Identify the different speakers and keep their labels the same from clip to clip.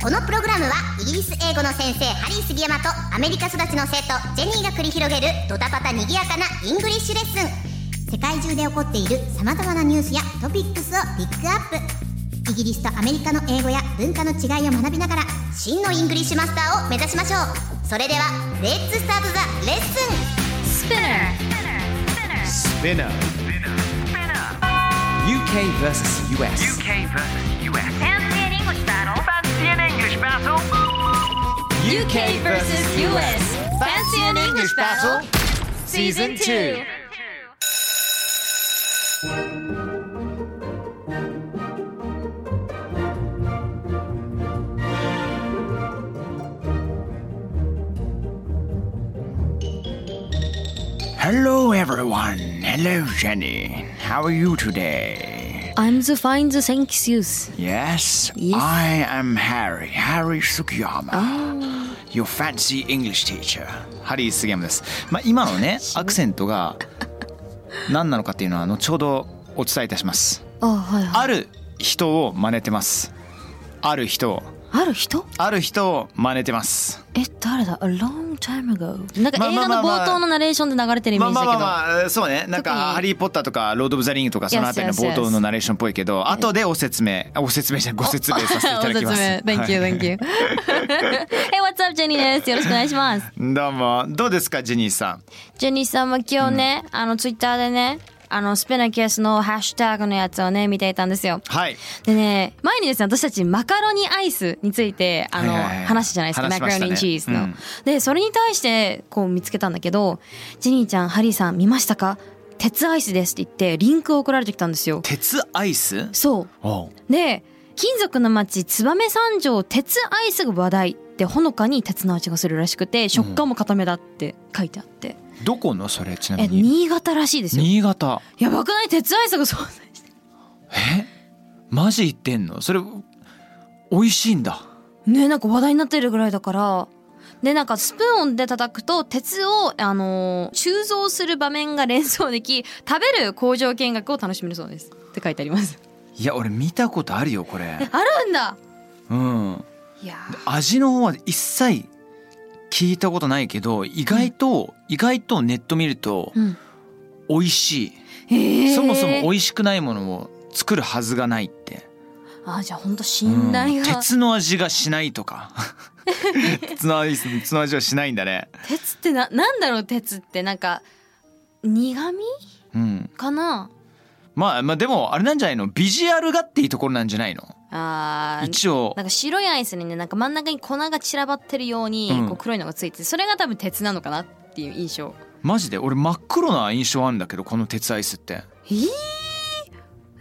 Speaker 1: このプログラムはイギリス英語の先生ハリー杉山とアメリカ育ちの生徒ジェニーが繰り広げるドタパタにぎやかなイングリッシュレッスン世界中で起こっている様々なニュースやトピックスをピックアップイギリスとアメリカの英語や文化の違いを学びながら真のイングリッシュマスターを目指しましょうそれではレッツスタートザレッスン
Speaker 2: Spinner. UK versus US.
Speaker 3: UK versus US. Fancy an English battle. Fancy an
Speaker 2: UK versus US. Season
Speaker 3: English battle. Fancy an English battle.
Speaker 2: 2.
Speaker 4: Hello, everyone. Hello, Jenny. How are you today?
Speaker 5: I'm the fine the thank yous.
Speaker 4: Yes,
Speaker 5: Yes.
Speaker 4: I am Harry. Harry Sugiyama. Your fancy English teacher.
Speaker 2: ハリー杉山です。まあ、今のね、アクセントが何なのかっていうのは後ほどお伝えいたします。
Speaker 5: あはいはい。
Speaker 2: ある人を真似てます。ある人を、
Speaker 5: ある人
Speaker 2: ある人を真似てます。
Speaker 5: え、誰だ ?A long time ago. な
Speaker 2: ま
Speaker 5: んか
Speaker 2: あ
Speaker 5: 映
Speaker 2: まあ
Speaker 5: 画の
Speaker 2: まあまあ
Speaker 5: 冒頭のナレーションで流れてるイメ
Speaker 2: まあ
Speaker 5: ージだ
Speaker 2: まあ
Speaker 5: けど。
Speaker 2: まあまあ、そうね。なん
Speaker 5: 特に
Speaker 2: か、ハリー・ポッターとか、ロード・オブ・ザ・リングとか、そのあたりの
Speaker 5: Yes, yes,
Speaker 2: 冒
Speaker 5: yes.
Speaker 2: 頭のナレーションっぽいけど、後でお説明、あお説明じゃないご説明させていただきま
Speaker 5: お
Speaker 2: す。
Speaker 5: 説明 Thank you,
Speaker 2: はい
Speaker 5: thank you. hey, what's up, ジェニーです。よろしくお願いします。
Speaker 2: どうも、どうですか、ジェニーさん。
Speaker 5: ジェニーさんは今日ね、あの、ツイッターでね、あの、スペナキャスのハッシュタグのやつをね、見ていたんですよ。
Speaker 2: はい。
Speaker 5: でね、前にですね、私たちマカロニアイスについて、あの、
Speaker 2: はいはいはい
Speaker 5: 話したじゃないですか、
Speaker 2: 話
Speaker 5: マ
Speaker 2: し
Speaker 5: カ
Speaker 2: まし
Speaker 5: ロ
Speaker 2: たね
Speaker 5: ニチーズの。
Speaker 2: うん
Speaker 5: で、それに対して、こう見つけたんだけど、ジェニーちゃん、ハリーさん、見ましたか鉄アイスですって言って、リンクを送られてきたんですよ。
Speaker 2: 鉄アイス
Speaker 5: そう。
Speaker 2: おう
Speaker 5: で、金属の街、燕三条、鉄アイスが話題で、ほのかに鉄の味がするらしくて、食感も固めだって書いてあって。
Speaker 2: どこのそれちなみ
Speaker 5: え、
Speaker 2: に
Speaker 5: 新潟らしいですよ。
Speaker 2: 新潟
Speaker 5: やばくない鉄アイスがそう
Speaker 2: えマジ言ってんのそれ美味しいんだ
Speaker 5: ねなんか話題になってるぐらいだからでなんかスプーンで叩くと鉄を、あのー鋳造する場面が連想でき食べる工場見学を楽しめるそうですって書いてあります
Speaker 2: いや俺見たことあるよこれ
Speaker 5: あるんだ
Speaker 2: うん
Speaker 5: いや
Speaker 2: 味の方は一切聞いたことないけど意外と、意外とネット見ると
Speaker 5: うん
Speaker 2: 美味し
Speaker 5: え
Speaker 2: い、
Speaker 5: ー、
Speaker 2: そもそも美味しくないものを作るはずがないって、
Speaker 5: あじゃあほんと
Speaker 2: うん
Speaker 5: 信頼が、鉄
Speaker 2: 鉄の味がしないと か鉄の味鉄の味はしないんだね
Speaker 5: ってななんだろう鉄ってなんか苦味
Speaker 2: うん
Speaker 5: かな
Speaker 2: まあまあでもあれなんじゃないのビジュアルがっていうところなんじゃないの
Speaker 5: あー
Speaker 2: 一応
Speaker 5: なんか白いアイスにねなんか真ん中に粉が散らばってるように、
Speaker 2: うん
Speaker 5: こう黒いのがついててそれが多分鉄なのかなっていう印象
Speaker 2: マジで俺真っ黒な印象あるんだけどこの鉄アイスって
Speaker 5: えー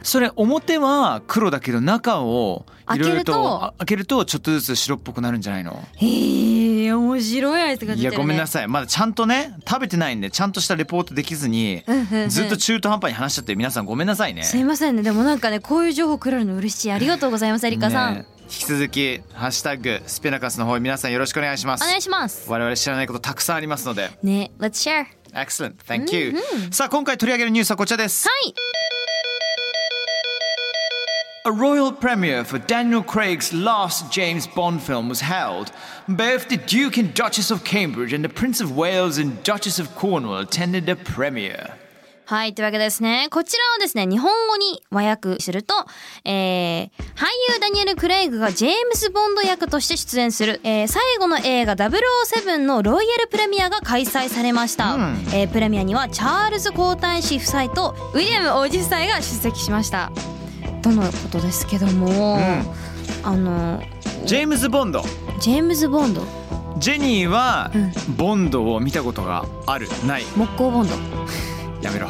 Speaker 2: それ表は黒だけど中をいろいろ
Speaker 5: 開ける
Speaker 2: と
Speaker 5: と
Speaker 2: あ開けるとちょっとずつ白っぽくなるんじゃないの
Speaker 5: へえ面白いアイスが出
Speaker 2: い
Speaker 5: てる、
Speaker 2: や
Speaker 5: ね、
Speaker 2: ごめんな
Speaker 5: さ
Speaker 2: さいまだちゃんとね食べてないんでちゃんとしたレポートできずに
Speaker 5: い
Speaker 2: ずっと中途半端に話しちゃって皆さんごめんなさいね。
Speaker 5: すいませんねでもなんかねこういう情報くれるの嬉しいありがとうございますエリカさん、
Speaker 2: ね引き続き「ハッシュタグスペナカス」の方皆さんよろしくお願いしま
Speaker 5: お
Speaker 2: す。
Speaker 5: 願いします
Speaker 2: 我々知らないことたくさんありますので
Speaker 5: ね Let's share
Speaker 2: Excellent Thank you、さあ今回取り上げるニュースはこちらです。
Speaker 5: はい
Speaker 2: A royal premiere for Daniel Craig's last James Bond film was held. Both the Duke and Duchess of Cambridge and the Prince of Wales and Duchess of Cornwall attended the premiere.
Speaker 5: はいというわけですねこちらをですね日本語に和訳すると、えー、俳優ダニエル・クレイグがジェームス・ボンド役として出演する、えー最後の映画007のロイヤルプレミアが開催されました、えープレミアにはチャールズ皇太子夫妻とウィリアム王子夫妻が出席しましたとのことですけども、あの
Speaker 2: ジェームズ・ボンド
Speaker 5: ジェームズ・ボンド
Speaker 2: ジェニーはボンドを見たことがあるない
Speaker 5: 木工ボンド
Speaker 2: やめろ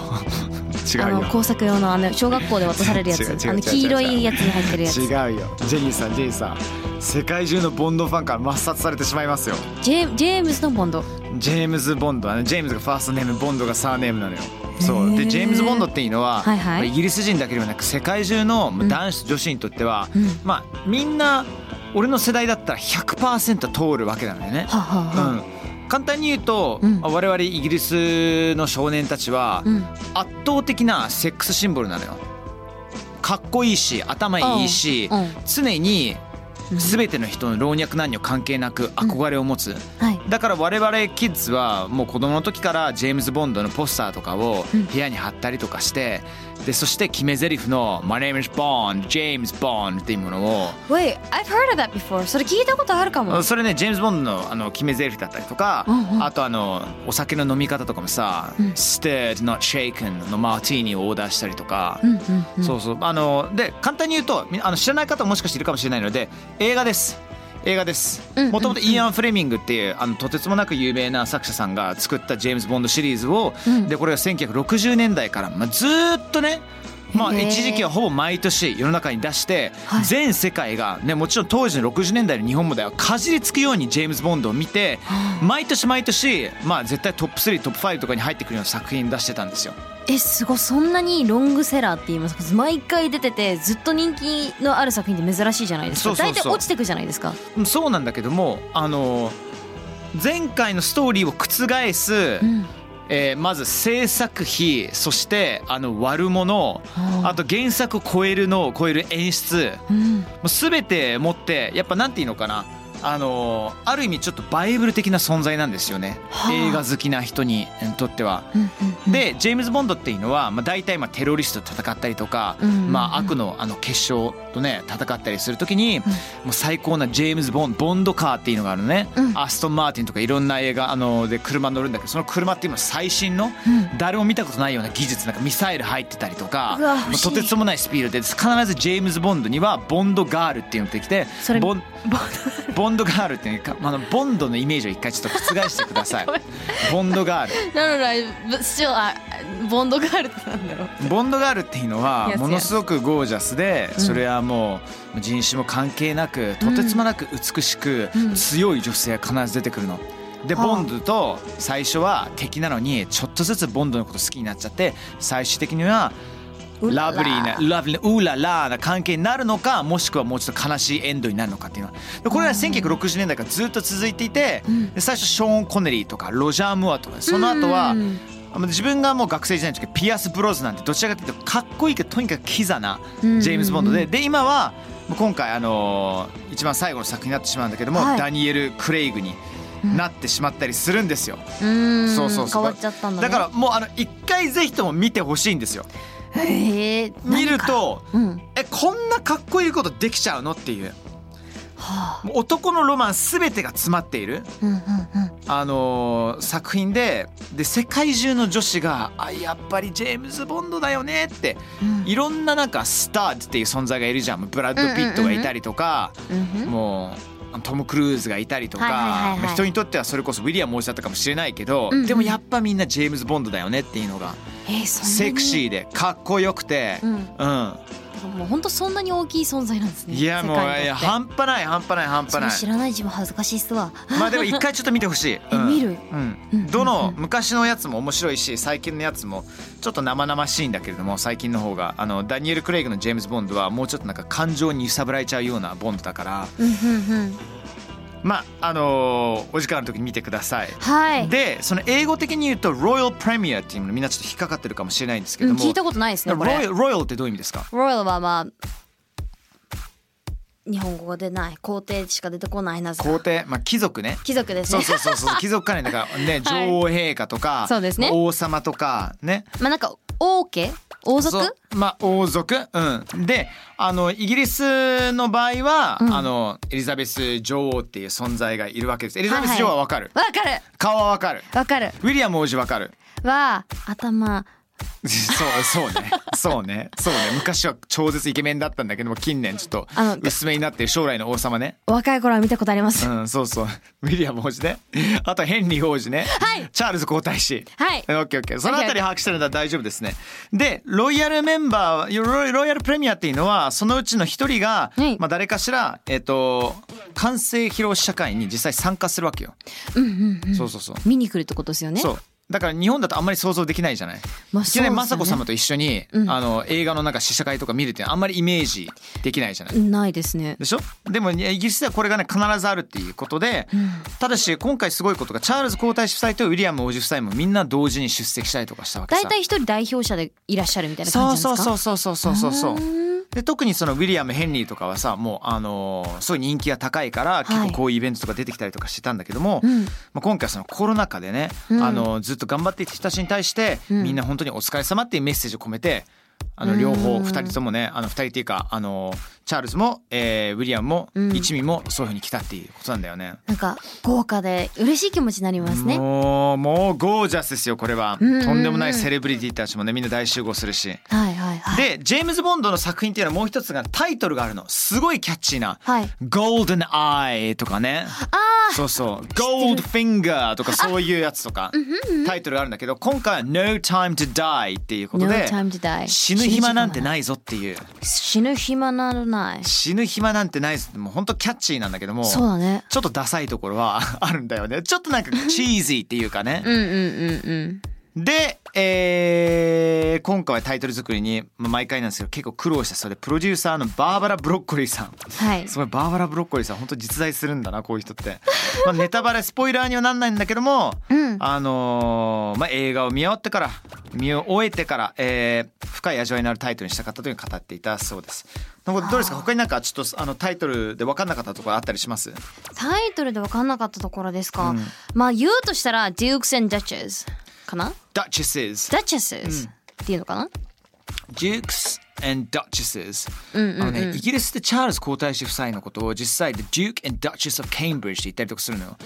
Speaker 2: 違
Speaker 5: あ
Speaker 2: うよ
Speaker 5: の工作用のあの小学校で渡されるや
Speaker 2: 違う違う違
Speaker 5: つ
Speaker 2: う
Speaker 5: あの黄色いやつに入ってるやつ
Speaker 2: 違うよジェニーさんジェニーさん世界中のボンドファンから抹殺されてしまいますよ
Speaker 5: ジェジェームズのボンド
Speaker 2: ジェームズ・ボンドあのジェームズがファーストネームボンドがサーネームなのよそうでジェームズ・ボンドっていうのは、
Speaker 5: はいはい
Speaker 2: まあイギリス人だけではなく世界中のまあ男子、女子にとっては、
Speaker 5: うん
Speaker 2: まあみんな俺の世代だったら100%通るわけなんだよね、
Speaker 5: はあ、はあはあ
Speaker 2: うん、簡単に言うと、
Speaker 5: うん
Speaker 2: まあ我々イギリスの少年たちは、
Speaker 5: うん、
Speaker 2: 圧倒的なセックスシンボルなのよかっこいいし頭いいし、
Speaker 5: うんうん
Speaker 2: 常に
Speaker 5: うん
Speaker 2: 全ての人の老若男女関係なく憧れを持つ、
Speaker 5: はい
Speaker 2: だから我々キッズはもう子供の時からジェームズ・ボンドのポスターとかを部屋に貼ったりとかして、でそして決め台詞の「My name is Bond」「James Bond」っていうものを
Speaker 5: Wait I've heard of that before それ聞いたことあるかも
Speaker 2: それねジェームズ・ボンドのあの決め台詞だったりとか、
Speaker 5: うんうん
Speaker 2: あとあのお酒の飲み方とかもさ「
Speaker 5: うん
Speaker 2: Stirred Not Shaken」のマーティーニをオーダーしたりとか、
Speaker 5: うんうんうん
Speaker 2: そうそうあので簡単に言うとみあの知らない方ももしかしているかもしれないので映画です映画です
Speaker 5: うんうん
Speaker 2: もともとイーアン・フレミングっていうあのとてつもなく有名な作者さんが作ったジェームズ・ボンドシリーズを、
Speaker 5: うん
Speaker 2: でこれが1960年代から、まあ、ずーっとねまあ、
Speaker 5: へー
Speaker 2: 一時期はほぼ毎年世の中に出して、
Speaker 5: はい
Speaker 2: 全世界が、ね、もちろん当時の60年代の日本もだよかじりつくようにジェームズ・ボンドを見て毎年毎年、まあ、絶対トップ3トップ5とかに入ってくるような作品出してたんですよ。
Speaker 5: えすごいそんなにロングセラーって言いますか毎回出ててずっと人気のある作品って珍しいじゃないです
Speaker 2: そ
Speaker 5: か
Speaker 2: うそうそう
Speaker 5: 大体落ちてくじゃないですか
Speaker 2: そうなんだけどもあの前回のストーリーを覆す、
Speaker 5: うん
Speaker 2: えーまず制作費そしてあの悪者あと原作を超えるのを超える演出
Speaker 5: うん
Speaker 2: もう全て持ってやっぱなんていうのかなあのある意味ちょっとバイブル的な存在なんですよね、
Speaker 5: はあ
Speaker 2: 映画好きな人にうんとっては。
Speaker 5: うんうん
Speaker 2: でジェームズ・ボンドっていうのは、まあ、大体まあテロリストと戦ったりとか、
Speaker 5: うんうんうん
Speaker 2: まあ、悪のあの結晶とね戦ったりするときに、もう最高なジェームズ・ボンボンドカーっていうのがあるのね、
Speaker 5: うん
Speaker 2: アストン・マーティンとかいろんな映画あので車乗るんだけどその車っていうのは最新の、
Speaker 5: うん
Speaker 2: 誰も見たことないような技術なんかミサイル入ってたりとか
Speaker 5: うわ
Speaker 2: も
Speaker 5: 欲しい
Speaker 2: とてつもないスピードで必ずジェームズ・ボンドにはボンドガールっていうのが出てきて
Speaker 5: それ
Speaker 2: ボンボンドガールっていうかあのボンドのイメージを一回ちょっと覆してくださいボンドガール
Speaker 5: なので still あボンドガールってなんだろう
Speaker 2: ボンドガールっていうのは
Speaker 5: やつ
Speaker 2: ものすごくゴージャスでそれはもう人種も関係なくとてつもなく美しく
Speaker 5: うん
Speaker 2: 強い女性が必ず出てくるの。で
Speaker 5: はあ
Speaker 2: ボンドと最初は敵なのにちょっとずつボンドのこと好きになっちゃって最終的には
Speaker 5: う
Speaker 2: ラ
Speaker 5: らら
Speaker 2: ブリーなラブリーなウーララーな関係になるのかもしくはもうちょっと悲しいエンドになるのかっていうのはでこれは1960年代からずっと続いていて、で最初ショーン・コネリーとかロジャー・ムアとかその後は、
Speaker 5: うん
Speaker 2: あの自分がもう学生時代の時はピアス・ブロズなんてどちらかというとかっこいいけどとにかくキザなジ
Speaker 5: うん
Speaker 2: ェームズ・ボンドでで今はもう今回、あのー一番最後の作品になってしまうんだけども、
Speaker 5: はい
Speaker 2: ダニエル・クレイグになってしまったりするんですよ。
Speaker 5: うん
Speaker 2: そうそうそう
Speaker 5: 変わっちゃったんだ、ね、
Speaker 2: だからもうあの一回ぜひとも見てほしいんですよ。
Speaker 5: らへえ
Speaker 2: 見ると
Speaker 5: うん
Speaker 2: えこんなかっこいいことできちゃうのっていう
Speaker 5: はあ
Speaker 2: もう男のロマン全てが詰まっている、
Speaker 5: うんうんうん
Speaker 2: あのー作品でで世界中の女子が「あやっぱりジェームズ・ボンドだよね」って、いろんななんかスターっていう存在がいるじゃんブラッド・ピットがいたりとか、
Speaker 5: うんうん
Speaker 2: もうトム・クルーズがいたりとか、
Speaker 5: はいはいはいはい
Speaker 2: 人にとってはそれこそウィリアム王子だったかもしれないけど、
Speaker 5: うんうん
Speaker 2: でもやっぱみんなジェームズ・ボンドだよねっていうのが
Speaker 5: えそんなに
Speaker 2: セクシーでかっこよくて。
Speaker 5: うん
Speaker 2: うん
Speaker 5: だからもう本当そんなに大きい存在なんですね
Speaker 2: いやもう
Speaker 5: 世界にとって
Speaker 2: いや半端ない半端ない半
Speaker 5: そ
Speaker 2: 端
Speaker 5: れ
Speaker 2: ない
Speaker 5: 知らない自分恥ずかしいっすわ
Speaker 2: まあでも一回ちょっと見てほしい、
Speaker 5: え見る
Speaker 2: うん
Speaker 5: うん
Speaker 2: どの昔のやつも面白いし最近のやつもちょっと生々しいんだけれども最近の方があのダニエル・クレイグのジェームズ・ボンドはもうちょっとなんか感情に揺さぶられちゃうようなボンドだから
Speaker 5: うんうんうん
Speaker 2: まああのーお時間ある時に見てください、
Speaker 5: はい
Speaker 2: でその英語的に言うと「ロイヤル・プレミア」っていうものみんなちょっと引っかかってるかもしれないんですけ
Speaker 5: う
Speaker 2: ど
Speaker 5: ん
Speaker 2: も、
Speaker 5: 聞いたことないですねこれ
Speaker 2: ロイヤルロイヤルってどういう意味ですか
Speaker 5: ロイヤルはまあ日本語が出ない皇帝しか出てこないなぜか
Speaker 2: 皇帝、まあ、貴族ね
Speaker 5: 貴族です
Speaker 2: そう
Speaker 5: ね
Speaker 2: そうそうそう 貴族関連だからね
Speaker 5: はい
Speaker 2: 女王陛下とか、
Speaker 5: そうですね
Speaker 2: 王様とかね
Speaker 5: まあなんか王家王族
Speaker 2: そうまあ王族うんであのイギリスの場合は、
Speaker 5: ん
Speaker 2: あのエリザベス女王っていう存在がいるわけですエリザベ
Speaker 5: はいは
Speaker 2: ス
Speaker 5: い
Speaker 2: 女王はわかる、
Speaker 5: わかる
Speaker 2: 顔はわかる
Speaker 5: わかる
Speaker 2: ウィリアム王子わかる
Speaker 5: は頭
Speaker 2: そうそうねそうねそうね昔は超絶イケメンだったんだけども近年ちょっと
Speaker 5: あの
Speaker 2: 薄めになってる将来の王様ね
Speaker 5: 若い頃は見たことあります。
Speaker 2: うんそうそう ウィリアム王子ねあとヘンリー王子ね、
Speaker 5: はい
Speaker 2: チャールズ皇太子
Speaker 5: はい
Speaker 2: オッケーオッケーそのあたり把握してるのは大丈夫ですねでロイヤルメンバーロイロイヤルプレミアっていうのはそのうちの一人が、
Speaker 5: はい
Speaker 2: まあ、誰かしらえっ、と完成披露試写会に実際参加するわけよ、そうそうそう
Speaker 5: 見に来るってことですよね。
Speaker 2: そうだから日本だとあんまり想像できないじゃない、
Speaker 5: ま
Speaker 2: いきなり
Speaker 5: あそうですよね
Speaker 2: 雅子様と一緒に、
Speaker 5: うん
Speaker 2: あの映画のなんか試写会とか見るってあんまりイメージできないじゃない、
Speaker 5: ないですね。
Speaker 2: でしょでもねイギリスではこれがね必ずあるっていうことで、ただし今回すごいことがチャールズ皇太子夫妻とウィリアム王子夫妻もみんな同時に出席したりとかしたわけさ
Speaker 5: 大体一人代表者でいらっしゃるみたいな
Speaker 2: そ
Speaker 5: 感
Speaker 2: う
Speaker 5: じな
Speaker 2: そ
Speaker 5: ん
Speaker 2: う
Speaker 5: ですか。
Speaker 2: そうそうそうそうそうそう
Speaker 5: ーん
Speaker 2: で特にそのウィリアム・ヘンリーとかはさもうあのーすごい人気が高いから結構こういうイベントとか出てきたりとかしてたんだけども、
Speaker 5: うん
Speaker 2: まあ、今回はそのコロナ禍でね、
Speaker 5: うん
Speaker 2: あのーずっと頑張ってきた人たちに対して、
Speaker 5: うん
Speaker 2: みんな本当にお疲れ様っていうメッセージを込めてあの両方2人ともねあの2人っていうかあのーチャールズも、えーウィリアムも、
Speaker 5: うん
Speaker 2: 一味もそういうふうに来たっていうことなんだよね。
Speaker 5: なんか豪華で嬉しい気持ちになりますね。
Speaker 2: もうもうゴージャスですよこれは、
Speaker 5: んうんうん
Speaker 2: とんでもないセレブリティたちもねみんな大集合するし。
Speaker 5: はいはいはい。
Speaker 2: でジェームズ・ボンドの作品っていうのはもう一つがタイトルがあるのすごいキャッチーな
Speaker 5: はい
Speaker 2: 「ゴールデン・アイ」とかね
Speaker 5: あ
Speaker 2: そうそう「ゴールド・フィンガー」とかそういうやつとかタイトルがあるんだけど今回は「No Time to Die」っていう
Speaker 5: あ、
Speaker 2: こと
Speaker 5: No
Speaker 2: で
Speaker 5: time to die。
Speaker 2: 死ぬ暇なんて
Speaker 5: い。
Speaker 2: ないぞっていう
Speaker 5: 死ぬ暇ならない。
Speaker 2: 死ぬ暇なんてないぞってもう本当キャッチーなんだけども
Speaker 5: そうだね。
Speaker 2: ちょっとダサいところはあるんだよねちょっとなんかチーズィーっていうかね
Speaker 5: うんうんうんうん。
Speaker 2: で、えー今回はタイトル作りに、まあ、毎回なんですけど結構苦労したそうでプロデューサーのバーバラ・ブロッコリーさん
Speaker 5: はい。
Speaker 2: すごいバーバラ・ブロッコリーさん本当実在するんだなこういう人 って、まあ、ネタバレスポイラーにはなんないんだけども、
Speaker 5: うん
Speaker 2: あのーまあ、映画を見終わってから見終えてから、えー深い味わいのあるタイトルにしたかったというふうに語っていたそうですなんかどうですか他になんかちょっとあのタイトルで分かんなかったところあったりします
Speaker 5: タイトルで分かんなかったところですか。まあ言うとしたら Dukes and Duchess かな
Speaker 2: Duchesses
Speaker 5: ?Duchesses っていうのかな
Speaker 2: Dukes and Duchesses、
Speaker 5: んうんうん
Speaker 2: あのねイギリスでチャールズ皇太子夫妻のことを実際で Duke and Duchess of Cambridge って言ったりとかするのよ、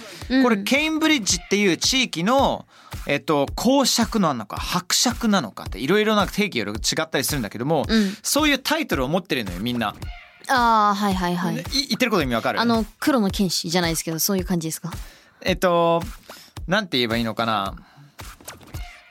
Speaker 2: これケインブリッジっていう地域のえっと公爵なのか伯爵なのかっていろいろな定義が違ったりするんだけども、
Speaker 5: ん
Speaker 2: そういうタイトルを持ってるのよみんな、
Speaker 5: ああ、はいはいはい
Speaker 2: い。言ってること意味わかる
Speaker 5: あの黒の剣士じゃないですけどそういう感じですか
Speaker 2: えっとなんて言えばいいのかな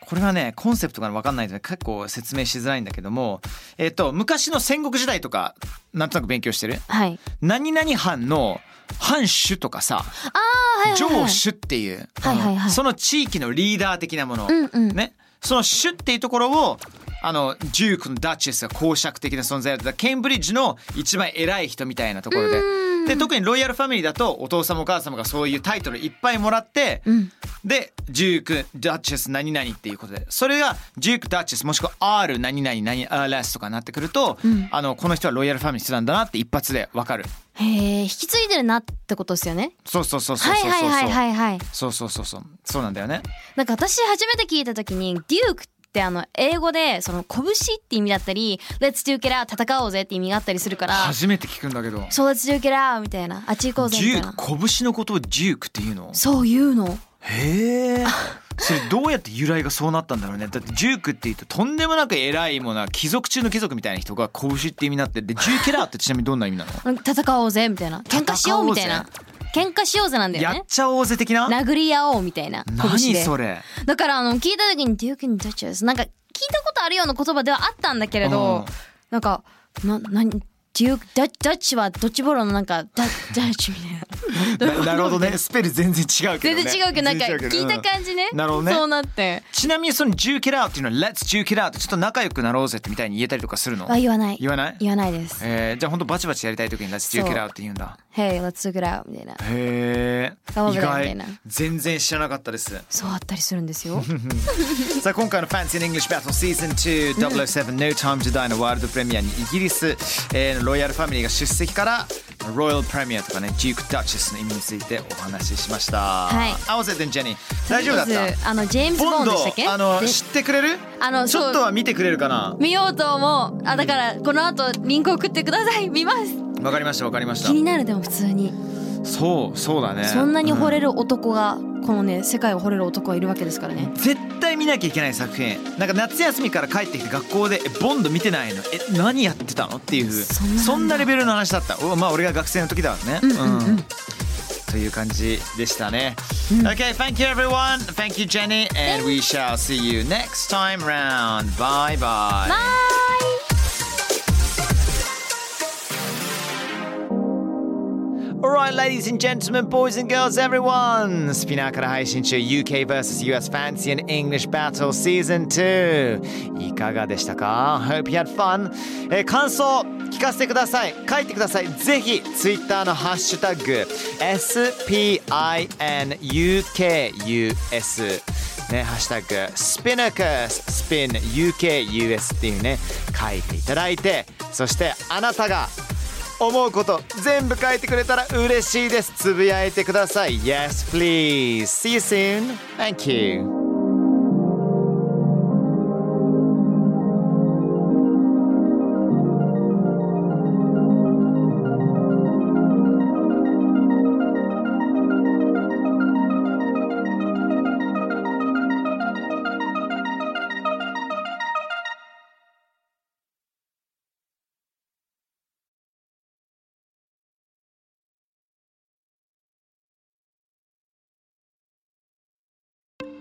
Speaker 2: これはねコンセプトが分かんないので結構説明しづらいんだけどもえっと昔の戦国時代とかなんとなく勉強してる
Speaker 5: はい
Speaker 2: 何々藩の藩主とかさ
Speaker 5: ああはいはい、は
Speaker 2: 城
Speaker 5: い、
Speaker 2: 主っていう、
Speaker 5: はいはいはい
Speaker 2: あのその地域のリーダー的なもの、
Speaker 5: うんうん
Speaker 2: ね、その主っていうところをあのデュークのダチェスが公爵的な存在だったケンブリッジの一番偉い人みたいなところでで特にロイヤルファミリーだとお父様お母様がそういうタイトルいっぱいもらって、
Speaker 5: ん
Speaker 2: でデュークダチェス何々っていうことでそれがデュークダチェスもしくは R 何々何 RS とかになってくると、あのこの人はロイヤルファミリーしてたんだなって一発でわかる。
Speaker 5: へえ引き継いでるなってことですよね
Speaker 2: そうそうそうそう
Speaker 5: は
Speaker 2: そ
Speaker 5: いうは
Speaker 2: そ
Speaker 5: いうはいはいはい
Speaker 2: そうそうそうそうそうなんだよね
Speaker 5: なんか私初めて聞いた時にデュークってあの英語でその拳って意味だったり Let's do it out 戦おうぜって意味があったりするから
Speaker 2: 初めて聞くんだけど
Speaker 5: そう Let's do it out みたいなあっち行こうぜみた
Speaker 2: 銃
Speaker 5: いな
Speaker 2: 拳のことを銃っていうの
Speaker 5: そういうの
Speaker 2: へえそれどうやって由来がそうなったんだろうねだって銃って言うととんでもなく偉いものは貴族中の貴族みたいな人が拳って意味になってで銃キラーってちなみにどんな意味なの
Speaker 5: 戦おうぜみたいな喧嘩しようみたいな喧嘩しようぜなんだよ
Speaker 2: やっ
Speaker 5: ね
Speaker 2: ちゃおうぜ的な
Speaker 5: 殴り合おうみたいな
Speaker 2: 何
Speaker 5: 拳で
Speaker 2: それ
Speaker 5: だからあの聞いた時に「デュークにジャッジです」なんか聞いたことあるような言葉ではあったんだけれど、
Speaker 2: うん
Speaker 5: なんかな何デュークダダッチはドッジボールのなんかダダッチみたいな
Speaker 2: ななるほどねスペル 全然違うけど、
Speaker 5: 全
Speaker 2: ね、
Speaker 5: 然違うけどなんか
Speaker 2: 全然違うけ
Speaker 5: 聞
Speaker 2: ど
Speaker 5: いた感じね,、
Speaker 2: うんなるほどね
Speaker 5: そうなって
Speaker 2: ちなみにその銃キラーっていうのは Let's 銃キラーってちょっと仲良くなろうぜってみたいに言えたりとかするの
Speaker 5: は言わない
Speaker 2: 言わない
Speaker 5: 言わないです
Speaker 2: えー、じゃあ本当バチバチやりたい時に Let's
Speaker 5: そ
Speaker 2: 銃
Speaker 5: う
Speaker 2: キラーって言うんだ
Speaker 5: 「Hey let's get out」みたいな
Speaker 2: へ
Speaker 5: ガオ
Speaker 2: え
Speaker 5: ブ
Speaker 2: 意
Speaker 5: ラみたい
Speaker 2: 外
Speaker 5: な
Speaker 2: 全然知らなかったです
Speaker 5: そうあったりするんですよ
Speaker 2: さあ今回の Fancy in English Battle Season 2007 No Time to Die のワールドプレミアにイギリス、えーロイヤルファミリーが出席からロイヤルプレミアとかねジューク・ダッチェスの意味についてお話ししました
Speaker 5: い
Speaker 2: 合わせてんジェニー 大丈夫だっ
Speaker 5: とりあえ
Speaker 2: た
Speaker 5: ずあのジェームズ・ボ
Speaker 2: ボ
Speaker 5: ーン
Speaker 2: ン
Speaker 5: で
Speaker 2: ド
Speaker 5: したっけ
Speaker 2: あの
Speaker 5: で
Speaker 2: 知ってくれる
Speaker 5: あの
Speaker 2: ちょっとは見てくれるかな
Speaker 5: 見ようと思うあだからこの後リンク送ってください見ます
Speaker 2: わかりましたわかりまし
Speaker 5: 気に
Speaker 2: た
Speaker 5: なるでも普通に
Speaker 2: そうそうだね
Speaker 5: そんなに惚れる男がここのね世界を惚れる男がいるわけですからね
Speaker 2: 絶対見なきゃいけない作品なんか夏休みから帰ってきて学校で「えボンド見てないのえ何やってたの?」っていう
Speaker 5: そんななんだ
Speaker 2: レベルの話だったおまあ俺が学生の時だわね
Speaker 5: うんうんうん
Speaker 2: という感じでしたね、Okay thank you everyone Thank you Jenny And we shall see you next time round Bye bye
Speaker 5: バイ
Speaker 2: Alright, ladies and gentlemen, boys and girls, everyone! スピナーから配信中 UK vs. US Fancy and English Battle Season 2! いかがでしたか ?Hope you had fun! えー感想聞かせてください書いてくださいぜひ Twitter のハッシュタグ SPINUKUS ね、ハッシュタグスピナカススピン UKUS っていうね書いていただいてそしてあなたが思うこと全部書いてくれたら嬉しいですつぶやいてください Yes please See you soon Thank you
Speaker 6: Podcast